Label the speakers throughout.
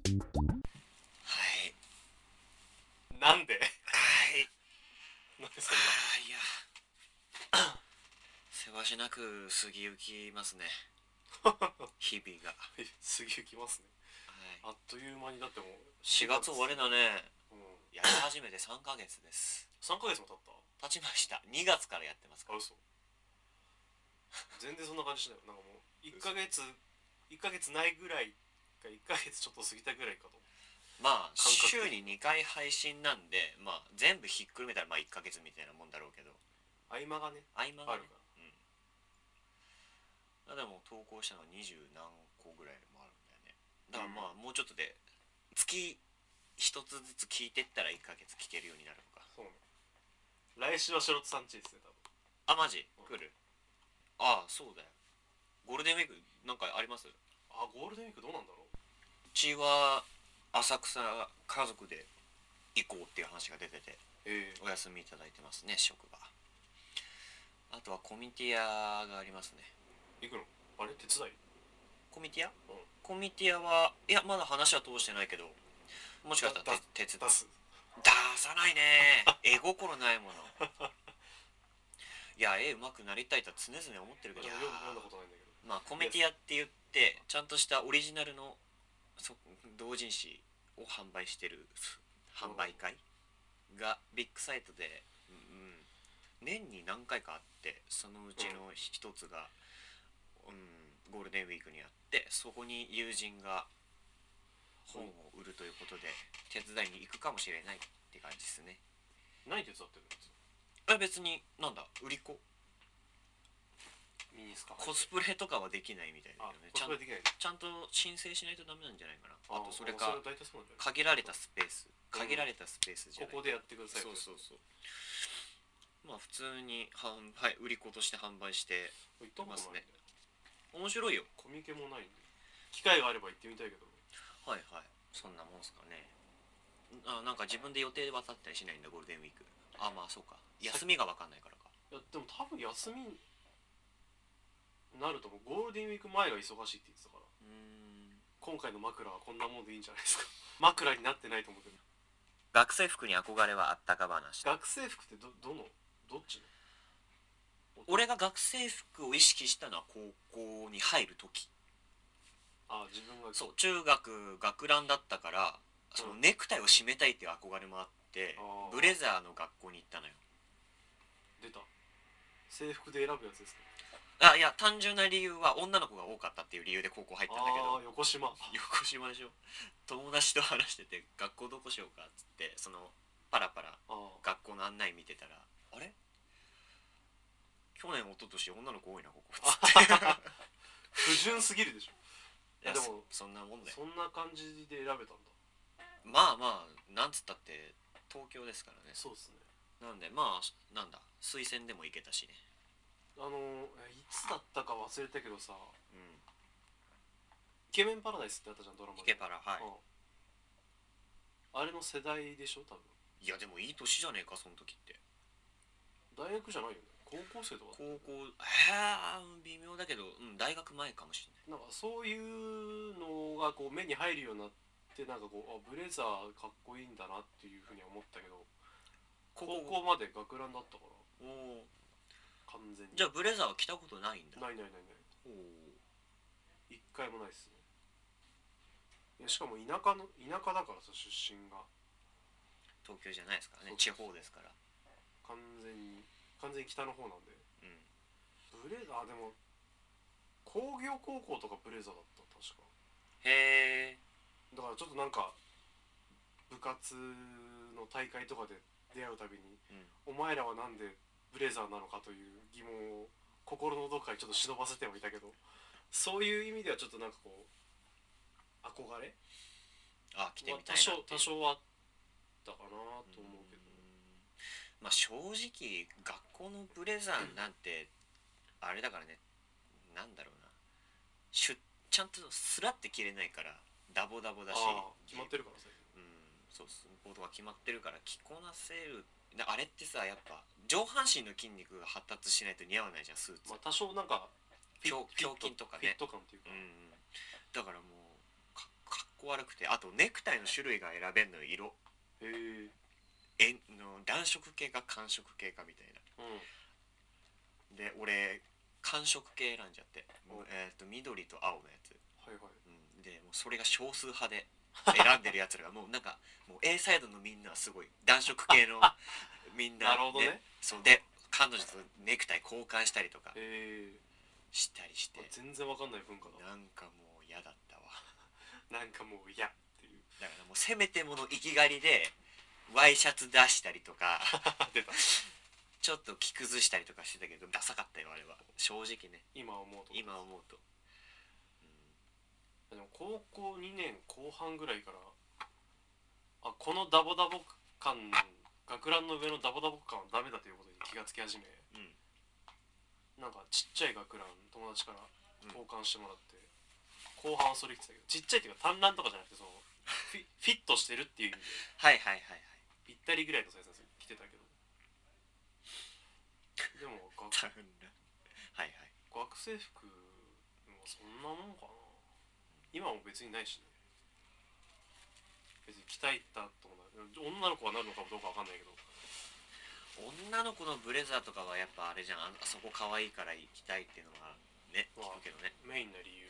Speaker 1: はい
Speaker 2: なん
Speaker 1: は
Speaker 2: で
Speaker 1: い
Speaker 2: なんでそんな
Speaker 1: あーいやせわしなく過ぎ行き ますね日々が、は
Speaker 2: すぎ行きますね
Speaker 1: い、
Speaker 2: あっという間にだってもう
Speaker 1: 4月終わりだね
Speaker 2: うん
Speaker 1: やり始めて3ヶ月です
Speaker 2: 3ヶ月も経った
Speaker 1: 経ちました2月からやってますか
Speaker 2: あ
Speaker 1: ら
Speaker 2: 嘘全然そんな感じしないなんかもう1ヶ月1ヶ月ないぐらいか1ヶ月ちょっと過ぎたぐらいかと
Speaker 1: まあ
Speaker 2: 感覚
Speaker 1: 週に2回配信なんでまあ全部ひっくるめたらまあ1ヶ月みたいなもんだろうけど
Speaker 2: 合間がね
Speaker 1: 合間が
Speaker 2: あ
Speaker 1: ね
Speaker 2: るから
Speaker 1: うんあでも投稿したのは二十何個ぐらいもあるんだよねだからまあもうちょっとで月一つずつ聞いてったら1ヶ月聞けるようになるのか
Speaker 2: そうね来週はシロットさんちですね多分
Speaker 1: あマジ
Speaker 2: うん
Speaker 1: 来るああそうだよゴールデンウィークなんかありますう
Speaker 2: あゴールデンウィークどうなんだろう
Speaker 1: ちは浅草家族で行こうっていう話が出てて
Speaker 2: ええ
Speaker 1: お休みいただいてますね職場あとはコミティアがありますね
Speaker 2: 行くのあれ手伝い
Speaker 1: コミティア
Speaker 2: うん
Speaker 1: コミティアはいやまだ話は通してないけどもしかしたら
Speaker 2: だ
Speaker 1: 手手伝
Speaker 2: 出
Speaker 1: う
Speaker 2: す
Speaker 1: 出さないね 絵心ないものいや絵うまくなりたいとは常々思ってるけ
Speaker 2: 読
Speaker 1: ど
Speaker 2: ん読んだことないんだけど
Speaker 1: まあコメティアって言ってちゃんとしたオリジナルのそ同人誌を販売してるす販売会がビッグサイトで、うんうん年に何回かあってそのうちの一つが、うん、ゴールデンウィークにあってそこに友人が本を売るということで手伝いに行くかもしれないって感じですね
Speaker 2: 何手伝ってるんですか
Speaker 1: あ別になんだ売り子
Speaker 2: ミニスカ
Speaker 1: コスプレとかはできないみたいだ
Speaker 2: あ
Speaker 1: けどね
Speaker 2: コ
Speaker 1: ちゃ
Speaker 2: スプ
Speaker 1: ん
Speaker 2: レできない
Speaker 1: ちゃんと申請しないとダメなんじゃないかなあとそれ
Speaker 2: ま
Speaker 1: か
Speaker 2: あ大体そうなんじゃない
Speaker 1: 限られたスペース限られたスペースじゃ
Speaker 2: こ
Speaker 1: ない
Speaker 2: こでやってください
Speaker 1: そうそうそうまあ普通に販売売り子として販売して
Speaker 2: 行ったことないんだよ、
Speaker 1: 面白いよ
Speaker 2: コミケもないんで機会があれば行ってみたいけど
Speaker 1: はいはいそんなもんすかねあなんか自分で予定は立ったりしないんだゴールデンウィークあまあそうか休みが分かんないからか
Speaker 2: いやでも多分休みになるともうゴールデンウィーク前が忙しいって言ってたから
Speaker 1: うーん
Speaker 2: 今回の枕はこんなもんでいいんじゃないですか 枕になってないと思うけど
Speaker 1: 学生服に憧れはあったか話
Speaker 2: 学生服ってどどのどっちの
Speaker 1: 俺が学生服を意識したのは高校に入る時
Speaker 2: あ自分が
Speaker 1: そう中学学ランだったからその
Speaker 2: うん
Speaker 1: ネクタイを締めたいっていう憧れもあって、
Speaker 2: あー
Speaker 1: ブレザーの学校に行ったのよ
Speaker 2: 出た制服で選ぶやつですか
Speaker 1: あいや単純な理由は女の子が多かったっていう理由で高校入ったんだけ
Speaker 2: ああ
Speaker 1: ど
Speaker 2: ー横島
Speaker 1: 横島でしょ友達と話してて学校どこしようかっつってそのパラパラ
Speaker 2: ああ
Speaker 1: 学校の案内見てたらあれ去年一昨年女の子多いなここっつって
Speaker 2: 不純すぎるでしょ
Speaker 1: いや
Speaker 2: で
Speaker 1: で
Speaker 2: も
Speaker 1: もそんなもんだよ
Speaker 2: そんな感じで選べたんだ
Speaker 1: まあまあなんつったって東京ですからね
Speaker 2: そうですね
Speaker 1: なんでまあなんだ推薦でも行けたしね
Speaker 2: あのーえいつだったか忘れたけどさ
Speaker 1: うん
Speaker 2: イケメンパラダイスってあったじゃんドラマで
Speaker 1: イケパラはい、
Speaker 2: うんあれの世代でしょ多分
Speaker 1: いやでもいい年じゃねえかその時って
Speaker 2: 大学じゃないよね高校生とかだ
Speaker 1: 高校へえ微妙だけど、うん、大学前かもしれない
Speaker 2: なんかそういうのがこう目に入るようになってなんかこうあブレザーかっこいいんだなっていうふうには思ったけど
Speaker 1: 高
Speaker 2: 高校まで学ランだったから
Speaker 1: おー
Speaker 2: 完全に
Speaker 1: じゃあブレザーは着たことないんだ
Speaker 2: ないないないない
Speaker 1: おー
Speaker 2: 一回もないっすねいやしかも田舎の田舎だからさ出身が
Speaker 1: 東京じゃないですからね
Speaker 2: そう
Speaker 1: 地方ですから
Speaker 2: 完全に完全に北の方なんで
Speaker 1: うん
Speaker 2: ブレザーでも工業高校とかブレザーだった確か
Speaker 1: へえ
Speaker 2: だからちょっとなんか部活の大会とかで出会うたびに
Speaker 1: うん
Speaker 2: お前らはなんでブレザーなのかという疑問を心のどこかにちょっと忍ばせてはいたけどそういう意味ではちょっとなんかこう憧れ
Speaker 1: あ着てみたいな
Speaker 2: 多少
Speaker 1: ってい
Speaker 2: 多
Speaker 1: う
Speaker 2: 少はあったかなと思うけど
Speaker 1: まあ正直学校のブレザーなんてあれだからねなんだろうなしゅちゃんとスラって着れないからダボダボだし
Speaker 2: ああ決まってるから最近
Speaker 1: うんそうスポートが決まってるから着こなせるなあれってさやっぱ上半身の筋肉が発達しないと似合わないじゃんスーツ、
Speaker 2: まあ多少なんか
Speaker 1: ひょ
Speaker 2: フィット
Speaker 1: 胸筋とかね
Speaker 2: フィット感っていうか
Speaker 1: うんうんだからもうかかっこ悪くてあとネクタイの種類が選べんのよ色
Speaker 2: へえ
Speaker 1: えの暖色系か寒色系かみたいな
Speaker 2: うん
Speaker 1: で俺寒色系選んじゃって、
Speaker 2: お
Speaker 1: えー、と緑と青のやつ、
Speaker 2: はいはい
Speaker 1: うん、でもうそれが少数派で選んでるやつらがもうなんかもう A サイドのみんなはすごい暖色系のみんな
Speaker 2: なるほど
Speaker 1: で
Speaker 2: ね
Speaker 1: そうで彼女とネクタイ交換したりとか
Speaker 2: へえ
Speaker 1: したりして
Speaker 2: 全然わかんない文化だ
Speaker 1: なんかもう嫌だったわ
Speaker 2: なんかもう嫌っていう
Speaker 1: だからもうせめてもの生きがりでワイシャツ出したりと か
Speaker 2: 出た
Speaker 1: ちょっと着崩したりとかしてたけどダサかったよあれは正直ね
Speaker 2: 今思うと
Speaker 1: 今思うと、
Speaker 2: でも高校2年後半ぐらいからあこのダボダボ感学ランの上のダボダボ感はダメだということに気がつき始め
Speaker 1: うんうん
Speaker 2: なんかちっちゃい学ラン友達から
Speaker 1: うん
Speaker 2: 交換してもらって、後半はそれ着てたけどちっちゃいっていうか単乱とかじゃなくてそのフィフィットしてるっていう意味で
Speaker 1: はいはいはいはい
Speaker 2: ぴったりぐらいのサイズのやつ着てたけどでも学
Speaker 1: 単乱はいはい
Speaker 2: 学生服もそんなもんかな今も別にないしね別に着たいったともない女の子はなるのかどうかわかんないけど
Speaker 1: 女の子のブレザーとかはやっぱあれじゃんああそこ可愛いから行きたいっていうのはね聞
Speaker 2: まあ
Speaker 1: くけどね
Speaker 2: メインな理由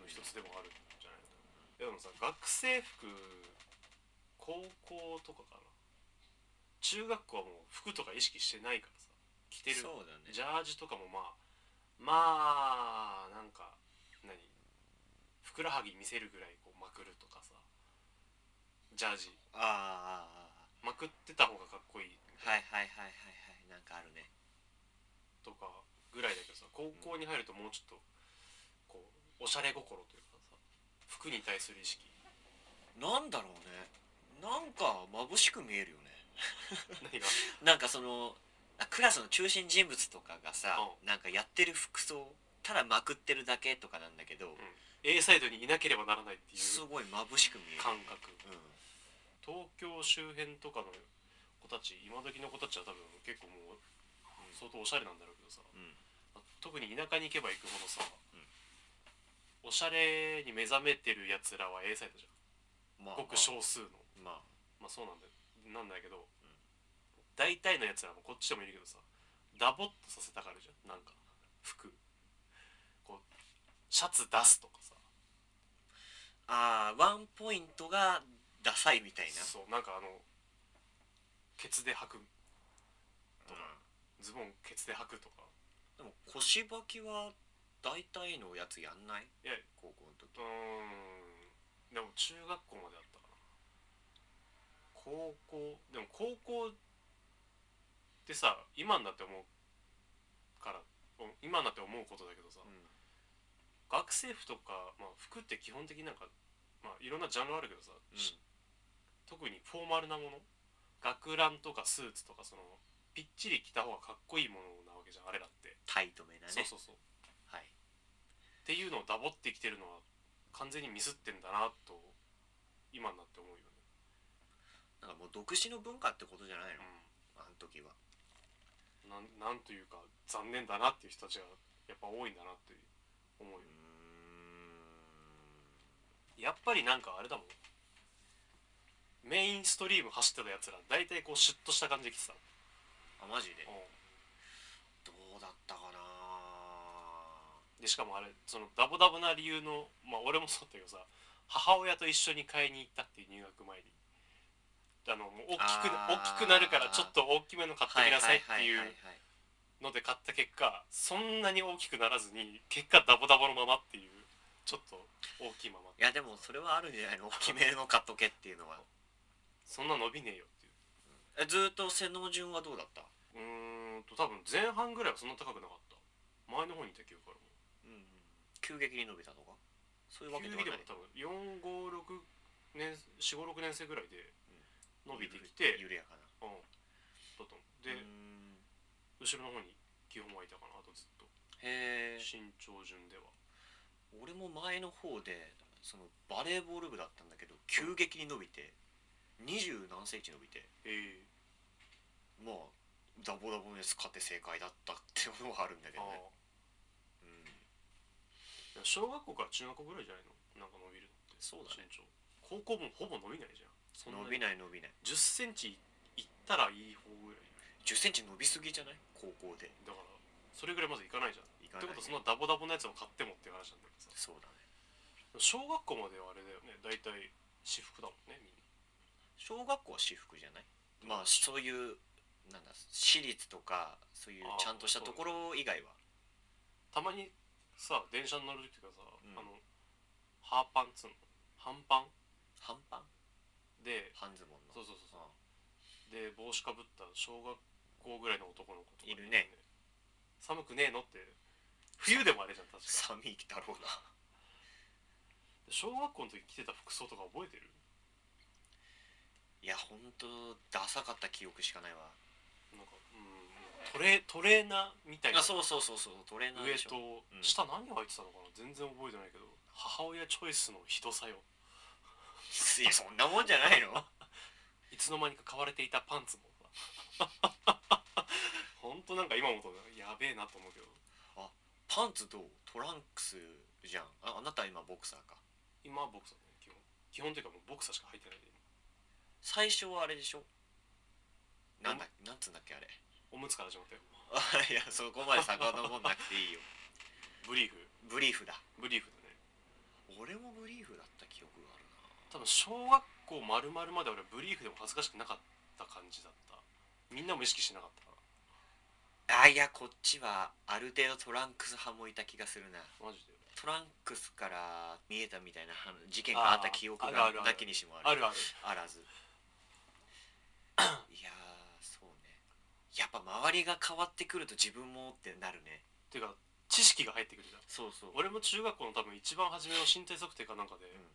Speaker 2: の一つでもあるんじゃないのいやでもさ学生服高校とかかな中学校はもう服とか意識してないからさ着てる
Speaker 1: そうだね
Speaker 2: ジャージとかもまあまあなんか何ふくらはぎ見せるぐらいこうまくるとかさジャージ
Speaker 1: ああ
Speaker 2: まくってた方がかっこいい
Speaker 1: はいはいはいはいはいなんかあるね
Speaker 2: とかぐらいだけどさ高校に入るともうちょっとこうおしゃれ心というかさ服に対する意識
Speaker 1: なんだろうねなんか眩しく見えるよね
Speaker 2: 何が
Speaker 1: なんかそのあクラスの中心人物とかがさ、なんかやってる服装ただまくってるだけとかなんだけど、
Speaker 2: A サイドにいなければならないってい
Speaker 1: す
Speaker 2: う
Speaker 1: ごい眩しく見える
Speaker 2: 感覚
Speaker 1: うん
Speaker 2: 東京周辺とかの子たち今時の子たちは多分結構もう相当おしゃれなんだろうけどさ
Speaker 1: うん
Speaker 2: 特に田舎に行けば行くほどさ、
Speaker 1: うん
Speaker 2: おしゃれに目覚めてるやつらは A サイドじ
Speaker 1: ま
Speaker 2: ゃ
Speaker 1: あ
Speaker 2: んごく少数の
Speaker 1: まあ
Speaker 2: まあそうなんだよなんだけど、大体のやつらもこっちでもいるけどさダボっとさせたがるじゃんなんか服こうシャツ出すとかさ
Speaker 1: あーワンポイントがダサいみたいな
Speaker 2: そうなんかあのケツで履く
Speaker 1: とか
Speaker 2: ズボンケツで履くとか
Speaker 1: でも腰履きは大体のやつやんない
Speaker 2: いや
Speaker 1: 高校の時
Speaker 2: うーんでも中学校まであったかな高校でも高校ってさ今になって思うからお今になって思うことだけどさ、学生服とか、まあ、服って基本的になんか、まあ、いろんなジャンルあるけどさ、し特にフォーマルなもの学ランとかスーツとかそのぴっちり着た方がかっこいいものなわけじゃんあれだって、
Speaker 1: タイトめなね
Speaker 2: そうそうそう
Speaker 1: はい
Speaker 2: っていうのをダボってきてるのは完全にミスってんだなと今になって思うよ
Speaker 1: なん
Speaker 2: ね、
Speaker 1: かもう独自の文化ってことじゃないのあの時は
Speaker 2: うん、なんなんというか残念だなっていう人たちがやっぱ多いんだなって思うよ
Speaker 1: うーん
Speaker 2: やっぱりなんかあれだもんメインストリーム走ってたやつら大体こうシュッとした感じで来てたもん
Speaker 1: あマジで
Speaker 2: うん
Speaker 1: どうだったかな
Speaker 2: でしかもあれそのダボダボな理由のまあ俺もそうだったけどさ母親と一緒に買いに行ったっていう入学前にあのもう大きく
Speaker 1: あー
Speaker 2: 大きくなるからちょっと大きめの買って
Speaker 1: はい
Speaker 2: きな
Speaker 1: は
Speaker 2: さ
Speaker 1: いい
Speaker 2: って
Speaker 1: はい
Speaker 2: い
Speaker 1: は
Speaker 2: う
Speaker 1: いはい
Speaker 2: ので買った結果そんなに大きくならずに結果ダボダボのままっていうちょっと大きいまま
Speaker 1: いやでもそれはあるんじゃないの 大きめの買っとけっていうのは
Speaker 2: そんな伸びねえよっていう
Speaker 1: えずーっと背の順はどうだった
Speaker 2: うーんと多分前半ぐらいはそんな高くなかった前の方にいた記憶からも
Speaker 1: うん急激に伸びたのかそういうわけ
Speaker 2: 急
Speaker 1: で
Speaker 2: 激
Speaker 1: は
Speaker 2: で
Speaker 1: な
Speaker 2: も
Speaker 1: い
Speaker 2: 多分456年45年生ぐらいで伸びてき
Speaker 1: 緩
Speaker 2: て
Speaker 1: 緩やかな
Speaker 2: うんだと思うで、
Speaker 1: うーん
Speaker 2: 後ろの方に基本はいたかなあとずっと
Speaker 1: へえ
Speaker 2: 身長順では
Speaker 1: 俺も前の方でそのバレーボール部だったんだけど急激に伸びて二十何センチ伸びて
Speaker 2: ええ
Speaker 1: まあダボダボのやつ買って正解だったっていうのはあるんだけ
Speaker 2: あ
Speaker 1: ど
Speaker 2: あ
Speaker 1: ね、うん、
Speaker 2: でも小学校から中学校ぐらいじゃないのなんか伸びるのって
Speaker 1: そうだね
Speaker 2: 身長高校もほぼ伸びないじゃんそん
Speaker 1: 伸び
Speaker 2: い
Speaker 1: ない伸びない
Speaker 2: 1 0ンチいったらいい方ぐらい
Speaker 1: 1 0ンチ伸びすぎじゃない高校で
Speaker 2: だからそれぐらいまずいかないじゃん
Speaker 1: いかな
Speaker 2: って
Speaker 1: い、ね、
Speaker 2: ことはそのダボダボのやつを買ってもっていう話なんだけどさ
Speaker 1: そうだね
Speaker 2: 小学校まではあれだよね大体私服だもんねみんな
Speaker 1: 小学校は私服じゃないまあそういうなんだ私立とかそういう
Speaker 2: ああ
Speaker 1: ちゃんとしたところ以外は
Speaker 2: たまにさ電車に乗る時とかさ、
Speaker 1: うん
Speaker 2: あのハーパンっつうの半パン
Speaker 1: 半パン
Speaker 2: で
Speaker 1: 半ズボンの
Speaker 2: そうそうそうそうで帽子かぶった小学校ぐらいの男の子とか
Speaker 1: いるね
Speaker 2: 寒くねえのって冬でもあれじゃん確か
Speaker 1: 寒いだろう な
Speaker 2: で小学校の時着てた服装とか覚えてる
Speaker 1: いやほんとダサかった記憶しかないわ
Speaker 2: なんかうんトレトレーナーみたいな
Speaker 1: あそうそうそうそうトレーナー
Speaker 2: 上
Speaker 1: でしょ
Speaker 2: と
Speaker 1: うん
Speaker 2: 下何が入ってたのかな全然覚えてないけど母親チョイスのひどさよ
Speaker 1: いやそんなもんじゃないの
Speaker 2: いつの間にか買われていたパンツも 本当なんか今もとやべえなと思うけど
Speaker 1: パンツどうトランクスじゃんああなたは今ボクサーか
Speaker 2: 今はボクサーだね基本基本というかもうボクサーしか入ってないで
Speaker 1: 最初はあれでしょなんだなんつうんだっけあれ
Speaker 2: おむつから始まったよ
Speaker 1: あいやそこまで遡んなくていいよ
Speaker 2: ブリーフ
Speaker 1: ブリーフだ
Speaker 2: ブリーフだね
Speaker 1: 俺もブリーフだった記憶があるな
Speaker 2: 多分小学校まるまるまで俺ブリーフでも恥ずかしくなかった感じだったみんなも意識してなかったか
Speaker 1: あいやこっちはある程度トランクス派もいた気がするな
Speaker 2: らマジで
Speaker 1: トランクスから見えたみたいなは事件があった記憶
Speaker 2: あーあ
Speaker 1: が
Speaker 2: るあるある
Speaker 1: なきにしもあ
Speaker 2: あ
Speaker 1: る
Speaker 2: るある
Speaker 1: あらず いやーそうねやっぱ周りが変わってくると自分もってなるね
Speaker 2: ていうか知識が入ってくるじゃん
Speaker 1: そうそう
Speaker 2: 俺も中学校の多分一番初めの身体測定かなんかで、
Speaker 1: ん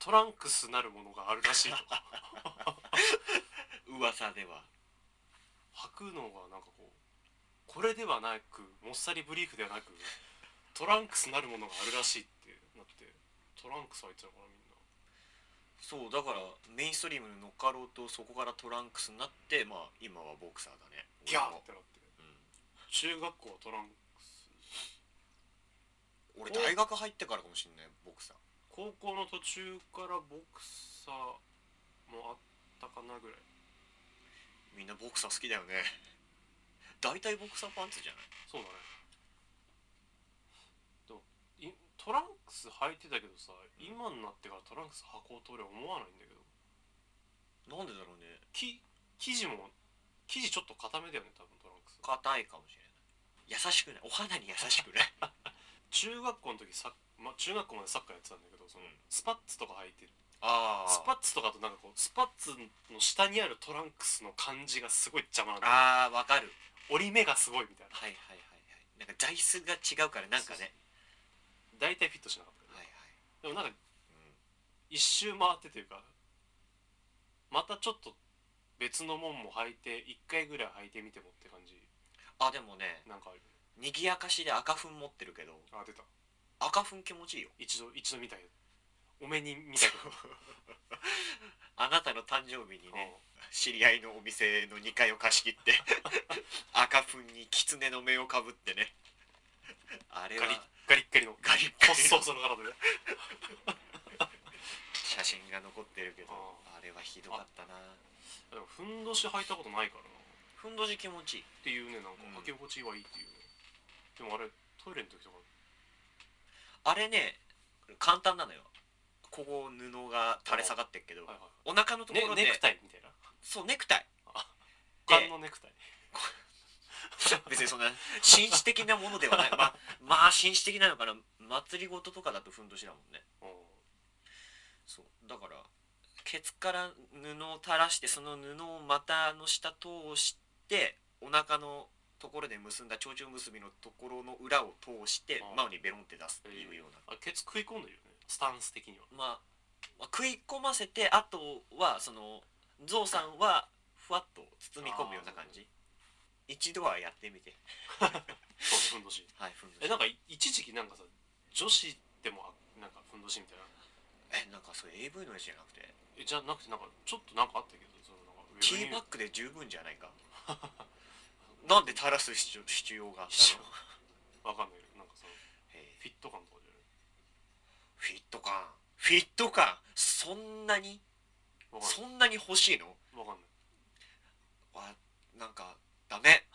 Speaker 2: トランクスなるものがあるらしいと
Speaker 1: 噂では
Speaker 2: 履くのがなんかこうこれではなくもっさりブリーフではなくトランクスなるものがあるらしいってなってトランクス入ってたのかなみんな
Speaker 1: そうだからメインストリームに乗っかろうとそこからトランクスになってまあ今はボクサーだね
Speaker 2: ギャ
Speaker 1: 俺
Speaker 2: ーっ
Speaker 1: も
Speaker 2: てなって
Speaker 1: う
Speaker 2: 中学校はトランクス
Speaker 1: ん俺大学入ってからかもしんないボクサー
Speaker 2: 高校の途中からボクサーもあったかなぐらい
Speaker 1: みんなボクサー好きだよね 大体ボクサーパンツじゃない
Speaker 2: そうだねでもいトランクス履いてたけどさ今になってからトランクス履こうと俺は思わないんだけど
Speaker 1: なんでだろうね
Speaker 2: き生地も生地ちょっと硬めだよね多分トランクス
Speaker 1: 硬いかもしれない優しくないお肌に優しくない
Speaker 2: 中学校の時サッ、まあ、中学校までサッカーやってたんだけどその
Speaker 1: うん
Speaker 2: スパッツとか履いてる
Speaker 1: あ
Speaker 2: スパッツとかとなんかこうスパッツの下にあるトランクスの感じがすごい邪魔なんだよ
Speaker 1: あーわかる
Speaker 2: 折り目がすごいみたいな
Speaker 1: はいはいはいはいなんか材質が違うからなんかね
Speaker 2: 大体フィットしなかったよ
Speaker 1: は
Speaker 2: ね、
Speaker 1: い
Speaker 2: でもなんか
Speaker 1: は
Speaker 2: 一周回ってというかまたちょっと別のもんも履いて一回ぐらい履いてみてもって感じ
Speaker 1: い、うん、あでもね
Speaker 2: なんかある
Speaker 1: にぎやかしで赤粉持ってるけど
Speaker 2: あ出た
Speaker 1: 赤粉気持ちいいよ
Speaker 2: 一度一度見たけどお目に見たけど
Speaker 1: あなたの誕生日にね
Speaker 2: うん
Speaker 1: 知り合いのお店の2階を貸し切って 赤粉に狐の目をかぶってねあれは
Speaker 2: ガリッガリッガリの
Speaker 1: ガリッガリの
Speaker 2: 細々の体で
Speaker 1: 写真が残ってるけど
Speaker 2: あ
Speaker 1: あれはひどかったな
Speaker 2: でもふんどし履いたことないからなっ
Speaker 1: ふんどし気持ちいい
Speaker 2: ていうねなんか
Speaker 1: うん
Speaker 2: 履き心地はいいっていうね、でもあれトイレの時とか
Speaker 1: あれね簡単なのよここ布が垂れ下がってるけど
Speaker 2: はいは
Speaker 1: お腹のところ
Speaker 2: い、
Speaker 1: で、
Speaker 2: ね、ネクタイみたいな
Speaker 1: そうネクタイ
Speaker 2: 股間のネクタイ
Speaker 1: 別にそん な紳士的なものではないまあまあ紳士的なのかな祭り事とかだとふんどしだもんね
Speaker 2: うん
Speaker 1: そうだからケツから布を垂らしてその布を股の下通してお腹のところで結んだ蝶々結びのところの裏を通して
Speaker 2: あ
Speaker 1: 前にベロンって出すっていうような
Speaker 2: あケツ食い込んでるよねスタンス的には
Speaker 1: まあ、まあ食い込ませてあとはそのゾウさんはふわっと包み込むような感じ一度はやってみて
Speaker 2: そうねふんどし
Speaker 1: はいふんど
Speaker 2: え
Speaker 1: し
Speaker 2: なんか一時期なんかさ女子でもあなんかふんどしみたいな
Speaker 1: えなんかそれ AV のやつじゃなくて
Speaker 2: えじゃなくてなんかちょっとなんかあったけどそのなんかウェブ
Speaker 1: T
Speaker 2: に
Speaker 1: バックで十分じゃないかなんで垂らす必要必要があったの
Speaker 2: わかんないけどなんかその
Speaker 1: え
Speaker 2: フィット感とかじゃない
Speaker 1: フィット感フィット感そんなに
Speaker 2: わかん
Speaker 1: そんなに欲しいの
Speaker 2: ないわかん
Speaker 1: わなんかダメ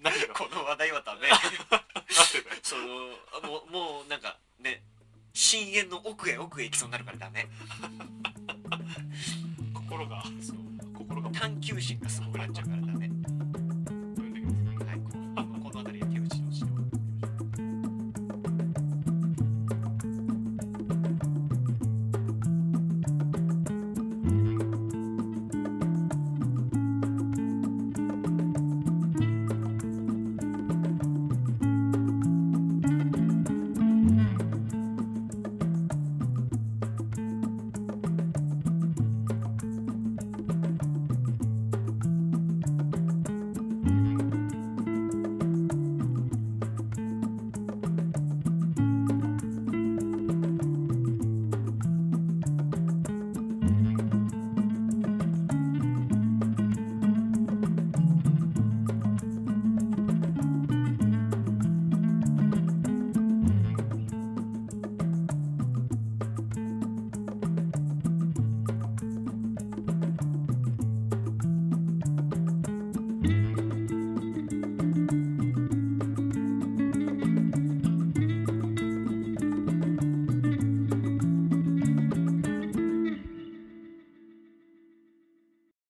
Speaker 2: ない何が
Speaker 1: この話題はダメ
Speaker 2: なんでだよ
Speaker 1: そのあもうもうなんかね深淵の奥へ奥へ行きそうになるからダメ
Speaker 2: 心がそう心が
Speaker 1: 探求心がすごくなっちゃうから